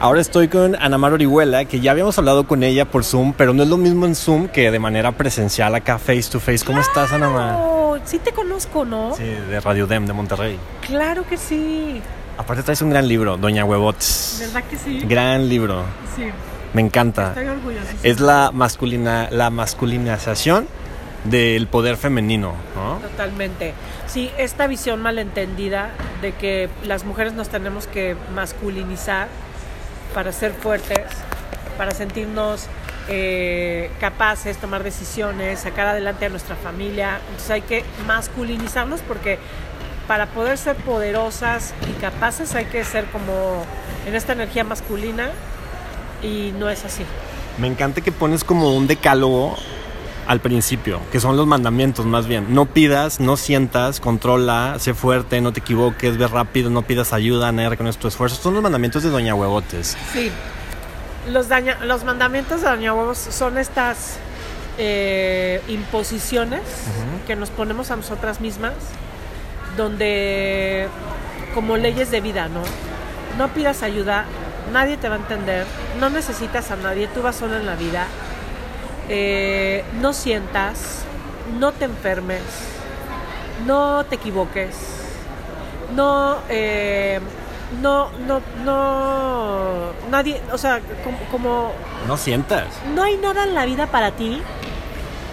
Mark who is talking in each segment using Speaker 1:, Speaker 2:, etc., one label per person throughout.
Speaker 1: Ahora estoy con Anamar Orihuela, que ya habíamos hablado con ella por Zoom, pero no es lo mismo en Zoom que de manera presencial acá face to face. ¿Cómo estás, Anamar?
Speaker 2: Oh, sí te conozco, ¿no?
Speaker 1: Sí, de Radio Dem de Monterrey.
Speaker 2: Claro que sí.
Speaker 1: Aparte traes un gran libro, Doña Huevotes.
Speaker 2: ¿Verdad que sí?
Speaker 1: Gran libro,
Speaker 2: Sí,
Speaker 1: me encanta.
Speaker 2: estoy orgullosa.
Speaker 1: Es la masculina, la masculinización del poder femenino, ¿no?
Speaker 2: Totalmente. Sí, esta visión malentendida de que las mujeres nos tenemos que masculinizar para ser fuertes, para sentirnos eh, capaces, tomar decisiones, sacar adelante a nuestra familia. Entonces hay que masculinizarnos porque para poder ser poderosas y capaces hay que ser como en esta energía masculina y no es así.
Speaker 1: Me encanta que pones como un decálogo al principio, que son los mandamientos más bien. No pidas, no sientas, controla, sé fuerte, no te equivoques, ve rápido, no pidas ayuda, nadie reconoce tu esfuerzo. Son los mandamientos de Doña Huevotes.
Speaker 2: Sí. Los, daña, los mandamientos de Daña Huevos son estas eh, imposiciones que nos ponemos a nosotras mismas, donde como leyes de vida, ¿no? No pidas ayuda, nadie te va a entender, no necesitas a nadie, tú vas sola en la vida, eh, no sientas, no te enfermes, no te equivoques, no, eh, no, no, no, nadie, o sea, como, como
Speaker 1: No sientas.
Speaker 2: no hay nada en la vida para ti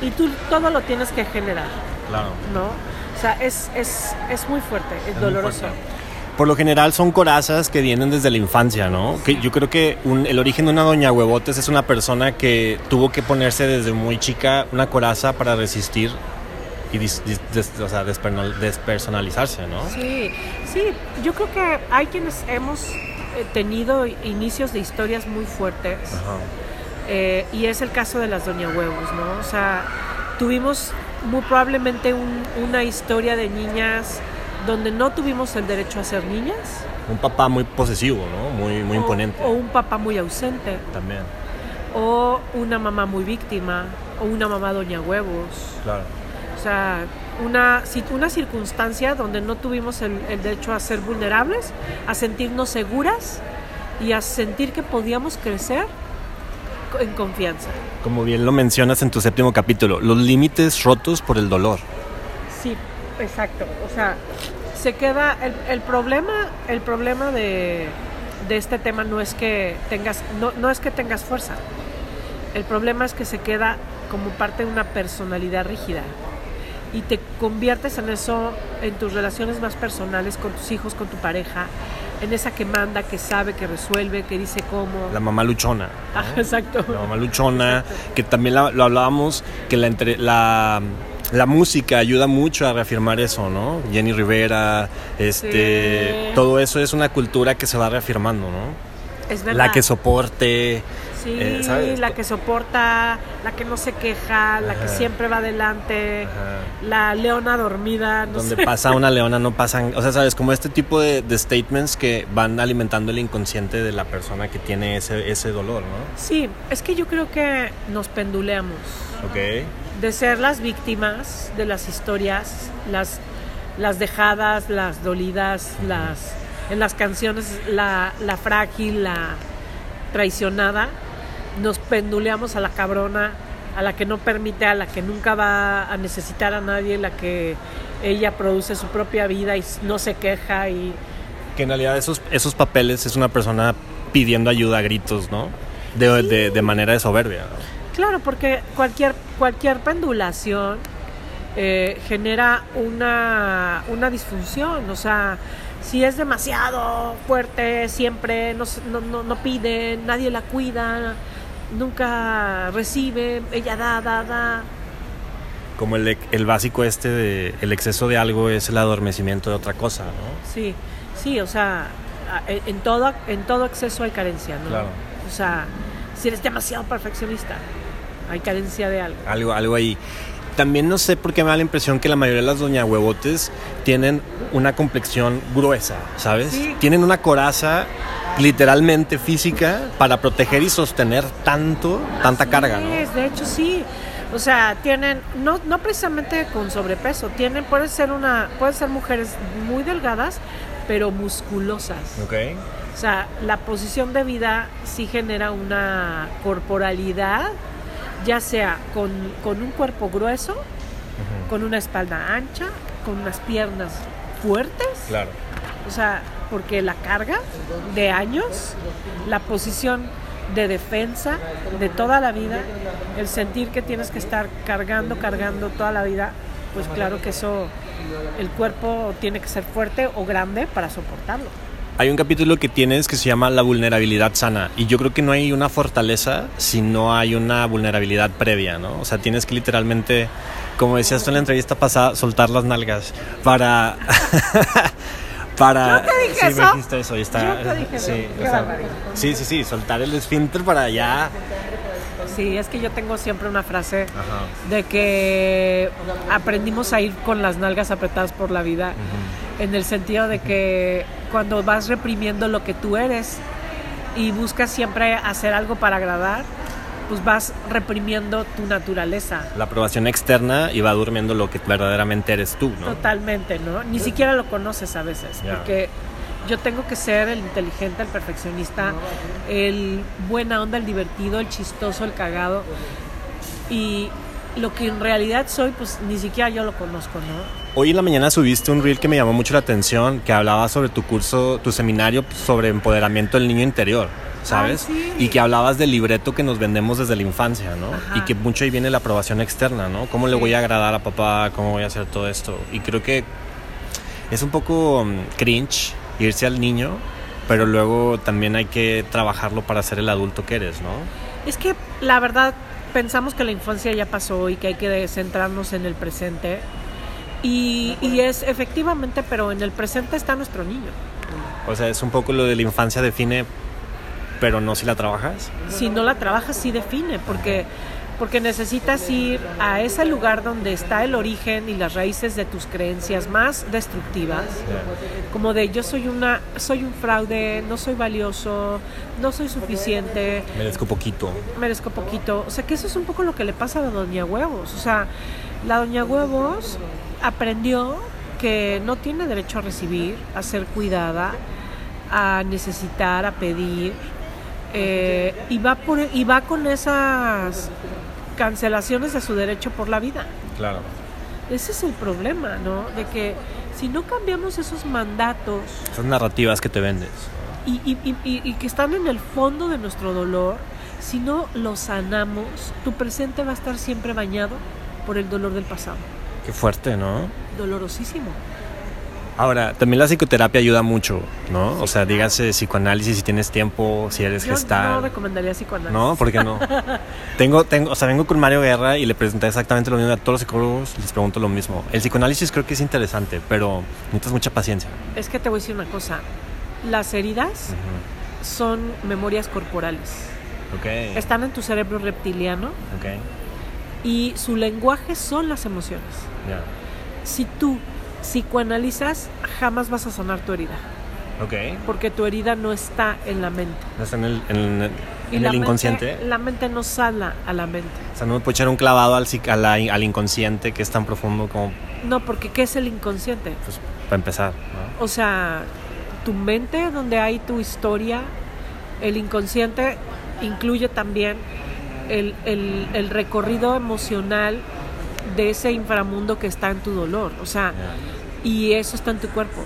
Speaker 2: y tú todo lo tienes que generar,
Speaker 1: Claro.
Speaker 2: ¿no? O sea, es, es, es muy fuerte, es,
Speaker 1: muy
Speaker 2: doloroso.
Speaker 1: fuerte. Por lo general son corazas que vienen desde la infancia, ¿no? Que yo creo que un- el origen de una doña huevotes es una persona que tuvo que ponerse desde muy chica una coraza para resistir y dis- dis- des- o sea, desperno- despersonalizarse, ¿no?
Speaker 2: Sí, sí, yo creo que hay quienes hemos eh, tenido inicios de historias muy fuertes.
Speaker 1: Ajá.
Speaker 2: Eh, y es el caso de las Doña Huevos, ¿no? O sea, tuvimos muy probablemente un- una historia de niñas donde no tuvimos el derecho a ser niñas.
Speaker 1: Un papá muy posesivo, ¿no? Muy, muy
Speaker 2: o-
Speaker 1: imponente.
Speaker 2: O, un papá muy ausente.
Speaker 1: También,
Speaker 2: O una mamá muy víctima. O una mamá Doña Huevos.
Speaker 1: claro.
Speaker 2: O sea, una, si- una circunstancia donde no tuvimos el, el derecho a ser vulnerables, a sentirnos seguras y a sentir que podíamos crecer co- en confianza.
Speaker 1: Como bien lo mencionas en tu séptimo capítulo, los límites rotos por el dolor.
Speaker 2: Sí, exacto. O sea, se queda el, el problema, el problema de, de este tema no es que tengas, no, no es que tengas fuerza. El problema es que se queda como parte de una personalidad rígida y te conviertes en eso en tus relaciones más personales con tus hijos, con tu pareja, en esa que manda, que sabe, que resuelve, que dice cómo.
Speaker 1: La mamá luchona. ¿no?
Speaker 2: Ah, exacto.
Speaker 1: La mamá luchona, que también la- lo hablábamos, que la, entre- la, la música ayuda mucho a reafirmar eso, ¿no? Jenny Rivera, este,
Speaker 2: Sí.
Speaker 1: todo eso es una cultura que se va reafirmando, ¿no?
Speaker 2: Es verdad.
Speaker 1: La que soporte,
Speaker 2: Sí,
Speaker 1: eh, ¿sabes?
Speaker 2: la que soporta, la que no se queja, la que
Speaker 1: Ajá.
Speaker 2: siempre va adelante,
Speaker 1: Ajá.
Speaker 2: la leona dormida, no
Speaker 1: donde
Speaker 2: sé.
Speaker 1: pasa una leona no pasan, o sea, sabes, como este tipo de, de statements que van alimentando el inconsciente de la persona que tiene ese, ese dolor, ¿no?
Speaker 2: Sí, es que yo creo que nos penduleamos
Speaker 1: Ok.
Speaker 2: de ser las víctimas de las historias, las, las dejadas, las dolidas, las, en las canciones la, la frágil, la traicionada, nos penduleamos a la cabrona, a la que no permite, a la que nunca va a necesitar a nadie, la que ella produce su propia vida y s- no se queja y
Speaker 1: Que en realidad esos, esos papeles es una persona pidiendo ayuda a gritos, ¿no? De, de- de manera de soberbia. ¿no?
Speaker 2: Claro, porque cualquier, cualquier pendulación eh, genera una, una disfunción. O sea, si es demasiado fuerte, siempre no, se- no, no, no pide, nadie la cuida, nunca recibe, ella da, da, da.
Speaker 1: Como el, el básico este de el exceso de algo es el adormecimiento de otra cosa, ¿no?
Speaker 2: Sí, sí, o sea, a- en en todo, en todo exceso hay carencia, ¿no?
Speaker 1: Claro.
Speaker 2: O sea, si eres demasiado perfeccionista, hay carencia de algo.
Speaker 1: Algo, algo ahí. También no sé por qué me da la impresión que la mayoría de las doña huevotes tienen una complexión gruesa, ¿sabes?
Speaker 2: Sí.
Speaker 1: Tienen una coraza literalmente física para proteger y sostener tanto, tanta
Speaker 2: Así
Speaker 1: carga, ¿no?
Speaker 2: es, de hecho sí. O sea, tienen, no, no precisamente con sobrepeso, tienen, pueden ser una, pueden ser mujeres muy delgadas, pero musculosas.
Speaker 1: Ok.
Speaker 2: O sea, la posición de vida sí genera una corporalidad, ya sea con, con un cuerpo grueso, con una espalda ancha, con unas piernas fuertes.
Speaker 1: Claro.
Speaker 2: O sea, porque la carga de años, la posición de defensa de toda la vida, el sentir que tienes que estar cargando, cargando toda la vida, pues claro que eso, el cuerpo tiene que ser fuerte o grande para soportarlo.
Speaker 1: Hay un capítulo que tienes que se llama La vulnerabilidad sana y yo creo que no hay una fortaleza si no hay una vulnerabilidad previa, ¿no? O sea, tienes que literalmente, como decías tú en la entrevista pasada, soltar las nalgas para... para...
Speaker 2: Yo te dije
Speaker 1: sí, me
Speaker 2: eso.
Speaker 1: dijiste eso y está...
Speaker 2: Yo te dije eso.
Speaker 1: sí, o
Speaker 2: Qué
Speaker 1: sea,
Speaker 2: barbaridad.
Speaker 1: sí, sí, sí, soltar el esfínter para allá.
Speaker 2: Sí, es que yo tengo siempre una frase
Speaker 1: Ajá.
Speaker 2: de que aprendimos a ir con las nalgas apretadas por la vida, en el sentido de que cuando vas reprimiendo lo que tú eres y buscas siempre hacer algo para agradar, pues vas reprimiendo tu naturaleza.
Speaker 1: La aprobación externa y va durmiendo lo que verdaderamente eres tú, ¿no?
Speaker 2: Totalmente, ¿no? Ni siquiera lo conoces a veces,
Speaker 1: Ya.
Speaker 2: porque yo tengo que ser el inteligente, el perfeccionista, el buena onda, el divertido, el chistoso, el cagado. Y lo que en realidad soy, pues ni siquiera yo lo conozco, ¿no?
Speaker 1: Hoy en la mañana subiste un reel que me llamó mucho la atención, que hablaba sobre tu curso, tu seminario sobre empoderamiento del niño interior, ¿sabes?
Speaker 2: Ay, sí.
Speaker 1: Y que hablabas del libreto que nos vendemos desde la infancia, ¿no?
Speaker 2: Ajá.
Speaker 1: Y que mucho ahí viene la aprobación externa, ¿no? ¿Cómo le
Speaker 2: Sí.
Speaker 1: voy a agradar a papá? ¿Cómo voy a hacer todo esto? Y creo que es un poco mm, cringe irse al niño, pero luego también hay que trabajarlo para ser el adulto que eres, ¿no?
Speaker 2: Es que la verdad pensamos que la infancia ya pasó y que hay que centrarnos en el presente. Y, y es efectivamente, pero en el presente está nuestro niño.
Speaker 1: O sea, es un poco lo de la infancia define, pero no si la trabajas.
Speaker 2: si no la trabajas sí define, porque porque necesitas ir a ese lugar donde está el origen y las raíces de tus creencias más destructivas, como de yo soy una soy un fraude, no soy valioso, no soy suficiente,
Speaker 1: Merezco poquito.
Speaker 2: merezco poquito. O sea, que eso es un poco lo que le pasa a la doña Huevos. O sea, la doña Huevos aprendió que no tiene derecho a recibir, a ser cuidada, a necesitar, a pedir. eh, y, va por, y va con esas cancelaciones de su derecho por la vida.
Speaker 1: Claro.
Speaker 2: Ese es el problema, ¿no? De que si no cambiamos esos mandatos
Speaker 1: Esas narrativas que te vendes.
Speaker 2: y, y- y- y- y que están en el fondo de nuestro dolor, si no los sanamos, tu presente va a estar siempre bañado por el dolor del pasado.
Speaker 1: Qué fuerte, ¿no?
Speaker 2: Dolorosísimo.
Speaker 1: Ahora, también la psicoterapia ayuda mucho, ¿no? O sea, dígase psicoanálisis si tienes tiempo, si eres
Speaker 2: Yo no
Speaker 1: gestal.
Speaker 2: recomendaría psicoanálisis.
Speaker 1: No, ¿por qué no? tengo, tengo, o sea, vengo con Mario Guerra y le pregunté exactamente lo mismo a todos los psicólogos, les pregunto lo mismo. El psicoanálisis creo que es interesante, pero necesitas mucha paciencia.
Speaker 2: Es que te voy a decir una cosa. Las heridas
Speaker 1: Mm.
Speaker 2: son memorias corporales.
Speaker 1: Ok.
Speaker 2: Están en tu cerebro reptiliano
Speaker 1: Ok.
Speaker 2: y su lenguaje son las emociones.
Speaker 1: Ya.
Speaker 2: Si tú psicoanalizas, jamás vas a sanar tu herida,
Speaker 1: Ok.
Speaker 2: porque tu herida no está en la mente.
Speaker 1: No está en el, en el-
Speaker 2: Y
Speaker 1: en
Speaker 2: la
Speaker 1: el inconsciente.
Speaker 2: Mente, la mente no sana a la mente.
Speaker 1: O sea, no me puedo echar un clavado al, psic- a la- al inconsciente que es tan profundo como,
Speaker 2: No, porque ¿qué es el inconsciente?
Speaker 1: pues, para empezar, ¿no?
Speaker 2: O sea, tu mente donde hay tu historia, el inconsciente incluye también el, el- el recorrido emocional de ese inframundo que está en tu dolor. O sea,
Speaker 1: Ya.
Speaker 2: y eso está en tu cuerpo.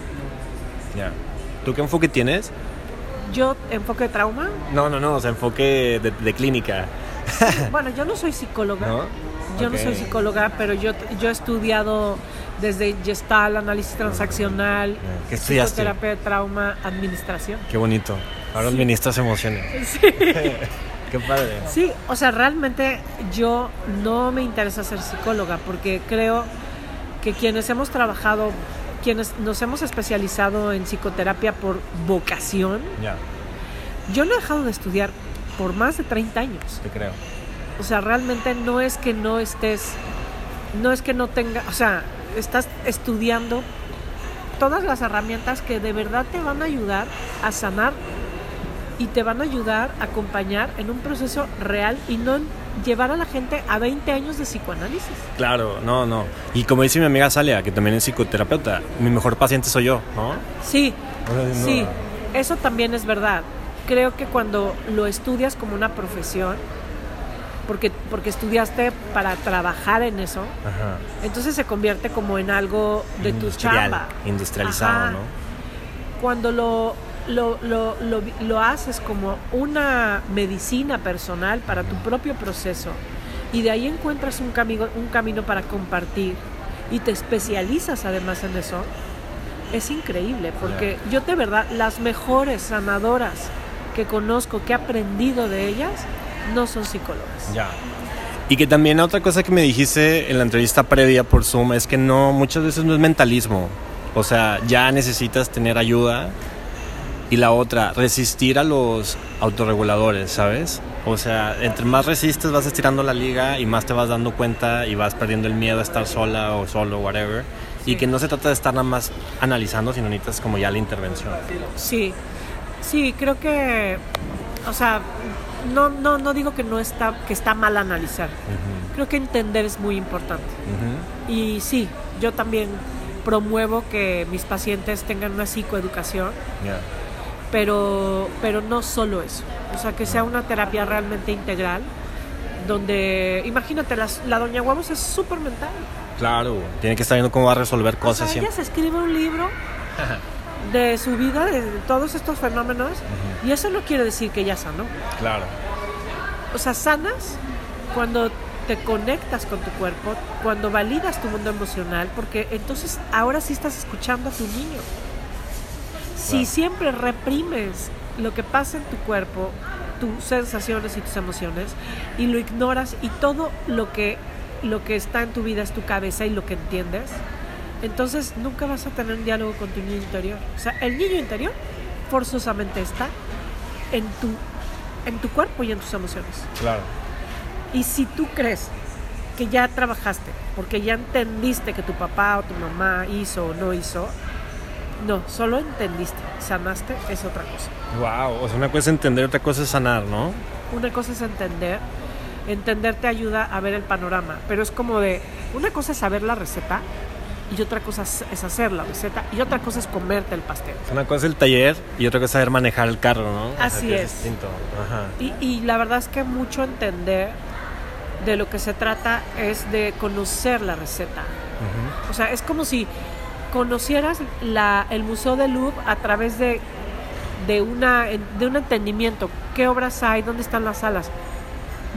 Speaker 1: Ya. ¿Tú qué enfoque tienes?
Speaker 2: Yo, enfoque de trauma,
Speaker 1: No, no, no, o sea, enfoque de, de clínica.
Speaker 2: bueno, yo no soy psicóloga.
Speaker 1: ¿No?
Speaker 2: Yo
Speaker 1: Ok.
Speaker 2: no soy psicóloga, pero yo, yo he estudiado desde gestal, análisis transaccional,
Speaker 1: Ah, ¿Qué estudiaste?
Speaker 2: psicoterapia de trauma, administración.
Speaker 1: Qué bonito. Ahora administras emociones. Qué padre.
Speaker 2: Sí, o sea, realmente yo no me interesa ser psicóloga porque creo que quienes hemos trabajado, quienes nos hemos especializado en psicoterapia por vocación,
Speaker 1: Ya,
Speaker 2: yo no he dejado de estudiar por más de 30 años.
Speaker 1: te creo.
Speaker 2: O sea, realmente no es que no estés, no es que no tenga, o sea, estás estudiando todas las herramientas que de verdad te van a ayudar a sanar y te van a ayudar a acompañar en un proceso real y no en llevar a la gente a 20 años de psicoanálisis.
Speaker 1: Claro, no, no. Y como dice mi amiga Salia, que también es psicoterapeuta, mi mejor paciente soy yo, ¿no?
Speaker 2: Sí,
Speaker 1: O sea, no,
Speaker 2: sí, eso también es verdad. Creo que cuando lo estudias como una profesión, porque, porque estudiaste para trabajar en eso,
Speaker 1: Ajá.
Speaker 2: entonces se convierte como en algo de
Speaker 1: Mm,
Speaker 2: tu
Speaker 1: Industrial,
Speaker 2: chamba.
Speaker 1: Industrializado,
Speaker 2: Ajá.
Speaker 1: ¿no?
Speaker 2: Cuando lo, lo, lo, lo, lo haces como una medicina personal para tu propio proceso y de ahí encuentras un camino, un camino para compartir y te especializas además en eso, es increíble porque yo de verdad las mejores sanadoras que conozco, que he aprendido de ellas, no son psicólogas.
Speaker 1: Ya. Y que también otra cosa que me dijiste en la entrevista previa por Zoom es que no, muchas veces no es mentalismo. O sea, ya necesitas tener ayuda. Y la otra, resistir a los autorreguladores, ¿sabes? O sea, entre más resistes vas estirando la liga y más te vas dando cuenta y vas perdiendo el miedo a estar sola o solo, whatever. Y
Speaker 2: Sí.
Speaker 1: que no se trata de estar nada más analizando, sino necesitas como ya la intervención.
Speaker 2: Sí, sí, creo que, o sea, no, no, no digo que no está, que está mal analizar.
Speaker 1: Ujú,
Speaker 2: Creo que entender es muy importante.
Speaker 1: ujú.
Speaker 2: Y sí, yo también promuevo que mis pacientes tengan una psicoeducación,
Speaker 1: Ya.
Speaker 2: pero, pero no solo eso. O sea, que sea una terapia realmente integral, donde, imagínate, las- la doña Huevos es súper mental.
Speaker 1: Claro, tiene que estar viendo cómo va a resolver
Speaker 2: O
Speaker 1: cosas
Speaker 2: sea,
Speaker 1: siempre.
Speaker 2: ella se escribe un libro de su vida, de todos estos fenómenos, y eso no quiere decir que ya sanó.
Speaker 1: Claro.
Speaker 2: O sea, sanas cuando te conectas con tu cuerpo, cuando validas tu mundo emocional, porque entonces ahora sí estás escuchando a tu niño. Si
Speaker 1: Claro.
Speaker 2: siempre reprimes lo que pasa en tu cuerpo, tus sensaciones y tus emociones, y lo ignoras y todo lo que, lo que está en tu vida es tu cabeza y lo que entiendes, entonces nunca vas a tener un diálogo con tu niño interior. O sea, el niño interior forzosamente está en tu, en tu cuerpo y en tus emociones.
Speaker 1: Claro.
Speaker 2: Y si tú crees que ya trabajaste, porque ya entendiste que tu papá o tu mamá hizo o no hizo, no, solo entendiste, sanaste es otra cosa.
Speaker 1: Wow, o sea, una cosa es entender, otra cosa es sanar, ¿no?
Speaker 2: Una cosa es entender, entender te ayuda a ver el panorama, pero es como de, una cosa es saber la receta y otra cosa es es hacer la receta y otra cosa es comerte el pastel.
Speaker 1: Una cosa es el taller y otra cosa es saber manejar el carro, ¿no? O sea,
Speaker 2: Así
Speaker 1: que
Speaker 2: es.
Speaker 1: distinto. Ajá.
Speaker 2: Y, y la verdad es que mucho entender de lo que se trata es de conocer la receta,
Speaker 1: Ujú.
Speaker 2: O sea, es como si conocieras la, el Museo del Louvre a través de, de, una, de un entendimiento. ¿Qué obras hay? ¿Dónde están las salas?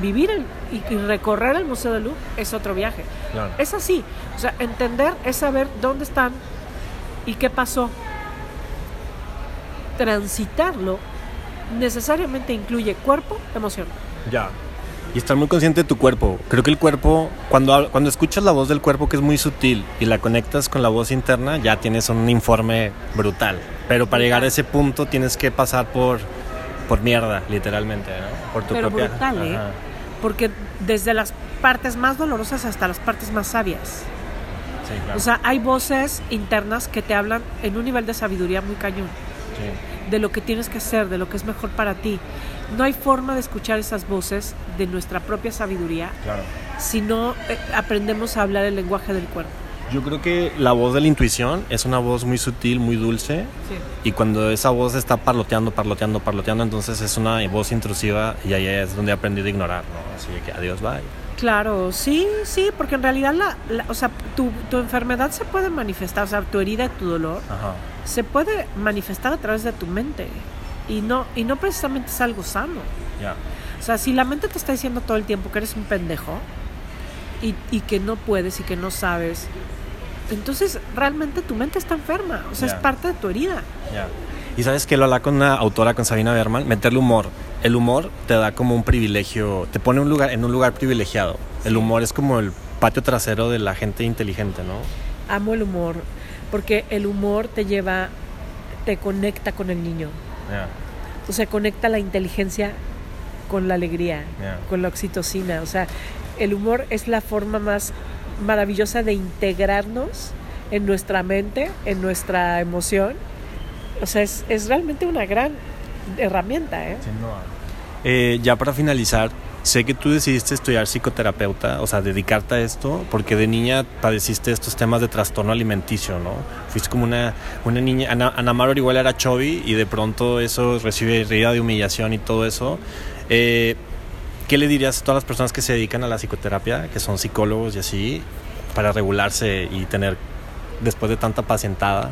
Speaker 2: Vivir el- y, y recorrer el Museo del Louvre es otro viaje.
Speaker 1: Claro.
Speaker 2: Es así. O sea, entender es saber dónde están y qué pasó. Transitarlo necesariamente incluye cuerpo, emoción.
Speaker 1: Ya. Y estar muy consciente de tu cuerpo. Creo que el cuerpo, cuando, hab- cuando escuchas la voz del cuerpo, que es muy sutil, y la conectas con la voz interna, ya tienes un informe brutal. Pero para llegar a ese punto tienes que pasar por, por mierda, literalmente, ¿no? Por tu
Speaker 2: Pero
Speaker 1: propia.
Speaker 2: brutal, ¿eh?
Speaker 1: Ajá.
Speaker 2: Porque desde las partes más dolorosas hasta las partes más sabias.
Speaker 1: Sí, claro.
Speaker 2: O sea, hay voces internas que te hablan en un nivel de sabiduría muy cañón,
Speaker 1: Sí.
Speaker 2: de lo que tienes que hacer, de lo que es mejor para ti. No hay forma de escuchar esas voces de nuestra propia sabiduría
Speaker 1: claro.
Speaker 2: si no eh, aprendemos a hablar el lenguaje del cuerpo.
Speaker 1: Yo creo que la voz de la intuición es una voz muy sutil, muy dulce, Y cuando esa voz está parloteando, parloteando, parloteando, entonces es una voz intrusiva y ahí es donde he aprendido a ignorar, ¿no? Así que adiós, bye.
Speaker 2: Claro, sí, sí, porque en realidad la, la- o sea, tu, tu enfermedad se puede manifestar, o sea, tu herida, tu dolor,
Speaker 1: Ajá.
Speaker 2: se puede manifestar a través de tu mente y no, y no precisamente es algo sano.
Speaker 1: Ya.
Speaker 2: O sea, si la mente te está diciendo todo el tiempo que eres un pendejo y, y que no puedes y que no sabes, entonces realmente tu mente está enferma. O sea,
Speaker 1: Ya.
Speaker 2: es parte de tu herida.
Speaker 1: Ya. Y sabes que lo hablaba con una autora, con Sabina Berman, meterle humor. El humor te da como un privilegio, te pone un lugar, en un lugar privilegiado. El humor es como el patio trasero de la gente inteligente, ¿no?
Speaker 2: Amo el humor, porque el humor te lleva, te conecta con el niño.
Speaker 1: Ya.
Speaker 2: O sea, conecta la inteligencia con la alegría,
Speaker 1: Ya.
Speaker 2: con la oxitocina. O sea, el humor es la forma más maravillosa de integrarnos en nuestra mente, en nuestra emoción. O sea, es, es realmente una gran herramienta, ¿eh?
Speaker 1: Eh, ya para finalizar, sé que tú decidiste estudiar psicoterapeuta, o sea, dedicarte a esto, porque de niña padeciste estos temas de trastorno alimenticio, ¿no? Fuiste como una, una niña, Ana, Ana Mar Orihuela era Chovy y de pronto eso recibe herida de humillación y todo eso. Eh, ¿Qué le dirías a todas las personas que se dedican a la psicoterapia, que son psicólogos y así, para regularse y tener, después de tanta pacientada,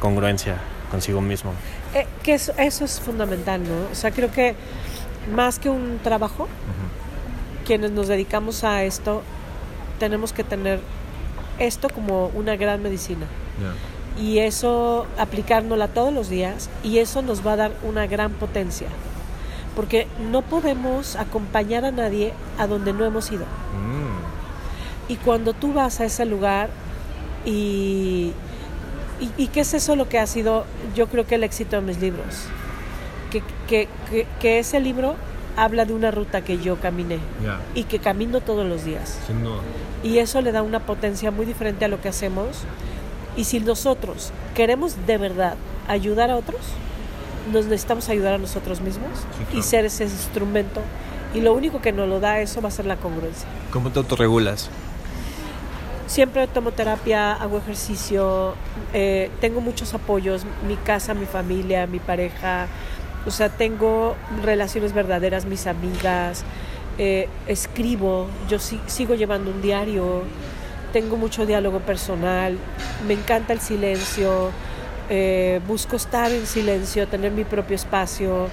Speaker 1: congruencia consigo mismo?
Speaker 2: Eh, que eso, eso es fundamental, ¿no? O sea, creo que más que un trabajo, quienes nos dedicamos a esto, tenemos que tener esto como una gran medicina. Y eso, aplicárnosla todos los días, y eso nos va a dar una gran potencia. Porque no podemos acompañar a nadie a donde no hemos ido. Y cuando tú vas a ese lugar y, y, y qué es eso lo que ha sido, yo creo que el éxito de mis libros, que, que, que, que ese libro habla de una ruta que yo caminé
Speaker 3: Ya,
Speaker 2: y que camino todos los días.
Speaker 3: sin duda.
Speaker 2: Y eso le da una potencia muy diferente a lo que hacemos. Y si nosotros queremos de verdad ayudar a otros, nos necesitamos ayudar a nosotros mismos
Speaker 3: Sí, claro.
Speaker 2: y ser ese instrumento. Y lo único que nos lo da eso va a ser la congruencia.
Speaker 1: ¿Cómo te autorregulas?
Speaker 2: Siempre tomo terapia, hago ejercicio, eh, tengo muchos apoyos, mi casa, mi familia, mi pareja, o sea, tengo relaciones verdaderas, mis amigas, eh, escribo, yo si- sigo llevando un diario, tengo mucho diálogo personal, me encanta el silencio, eh, busco estar en silencio, tener mi propio espacio,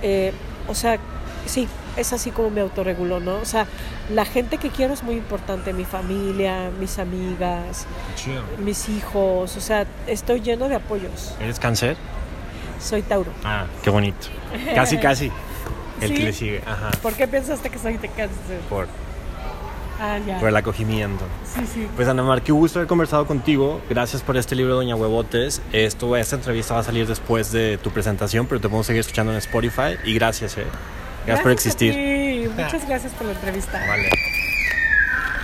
Speaker 2: eh, o sea, sí, es así como me autorregulo, ¿no? O sea, la gente que quiero es muy importante, mi familia, mis amigas,
Speaker 3: Chido.
Speaker 2: mis hijos, o sea, estoy lleno de apoyos,
Speaker 1: ¿Eres cáncer?
Speaker 2: soy Tauro.
Speaker 1: Ah, qué bonito. Casi, casi. El que
Speaker 2: Sí.
Speaker 1: le sigue, ajá.
Speaker 2: ¿Por qué pensaste que soy de cáncer?
Speaker 1: Por,
Speaker 2: Ah, ya.
Speaker 1: por el acogimiento.
Speaker 2: Sí, sí.
Speaker 1: Pues Ana Mar, qué gusto haber conversado contigo. Gracias por este libro, Doña Huevotes. Esto, esta entrevista va a salir después de tu presentación, pero te podemos seguir escuchando en Spotify. Y gracias, eh. Gracias, por
Speaker 2: a
Speaker 1: existir.
Speaker 2: ti, Muchas gracias por la entrevista.
Speaker 1: Vale.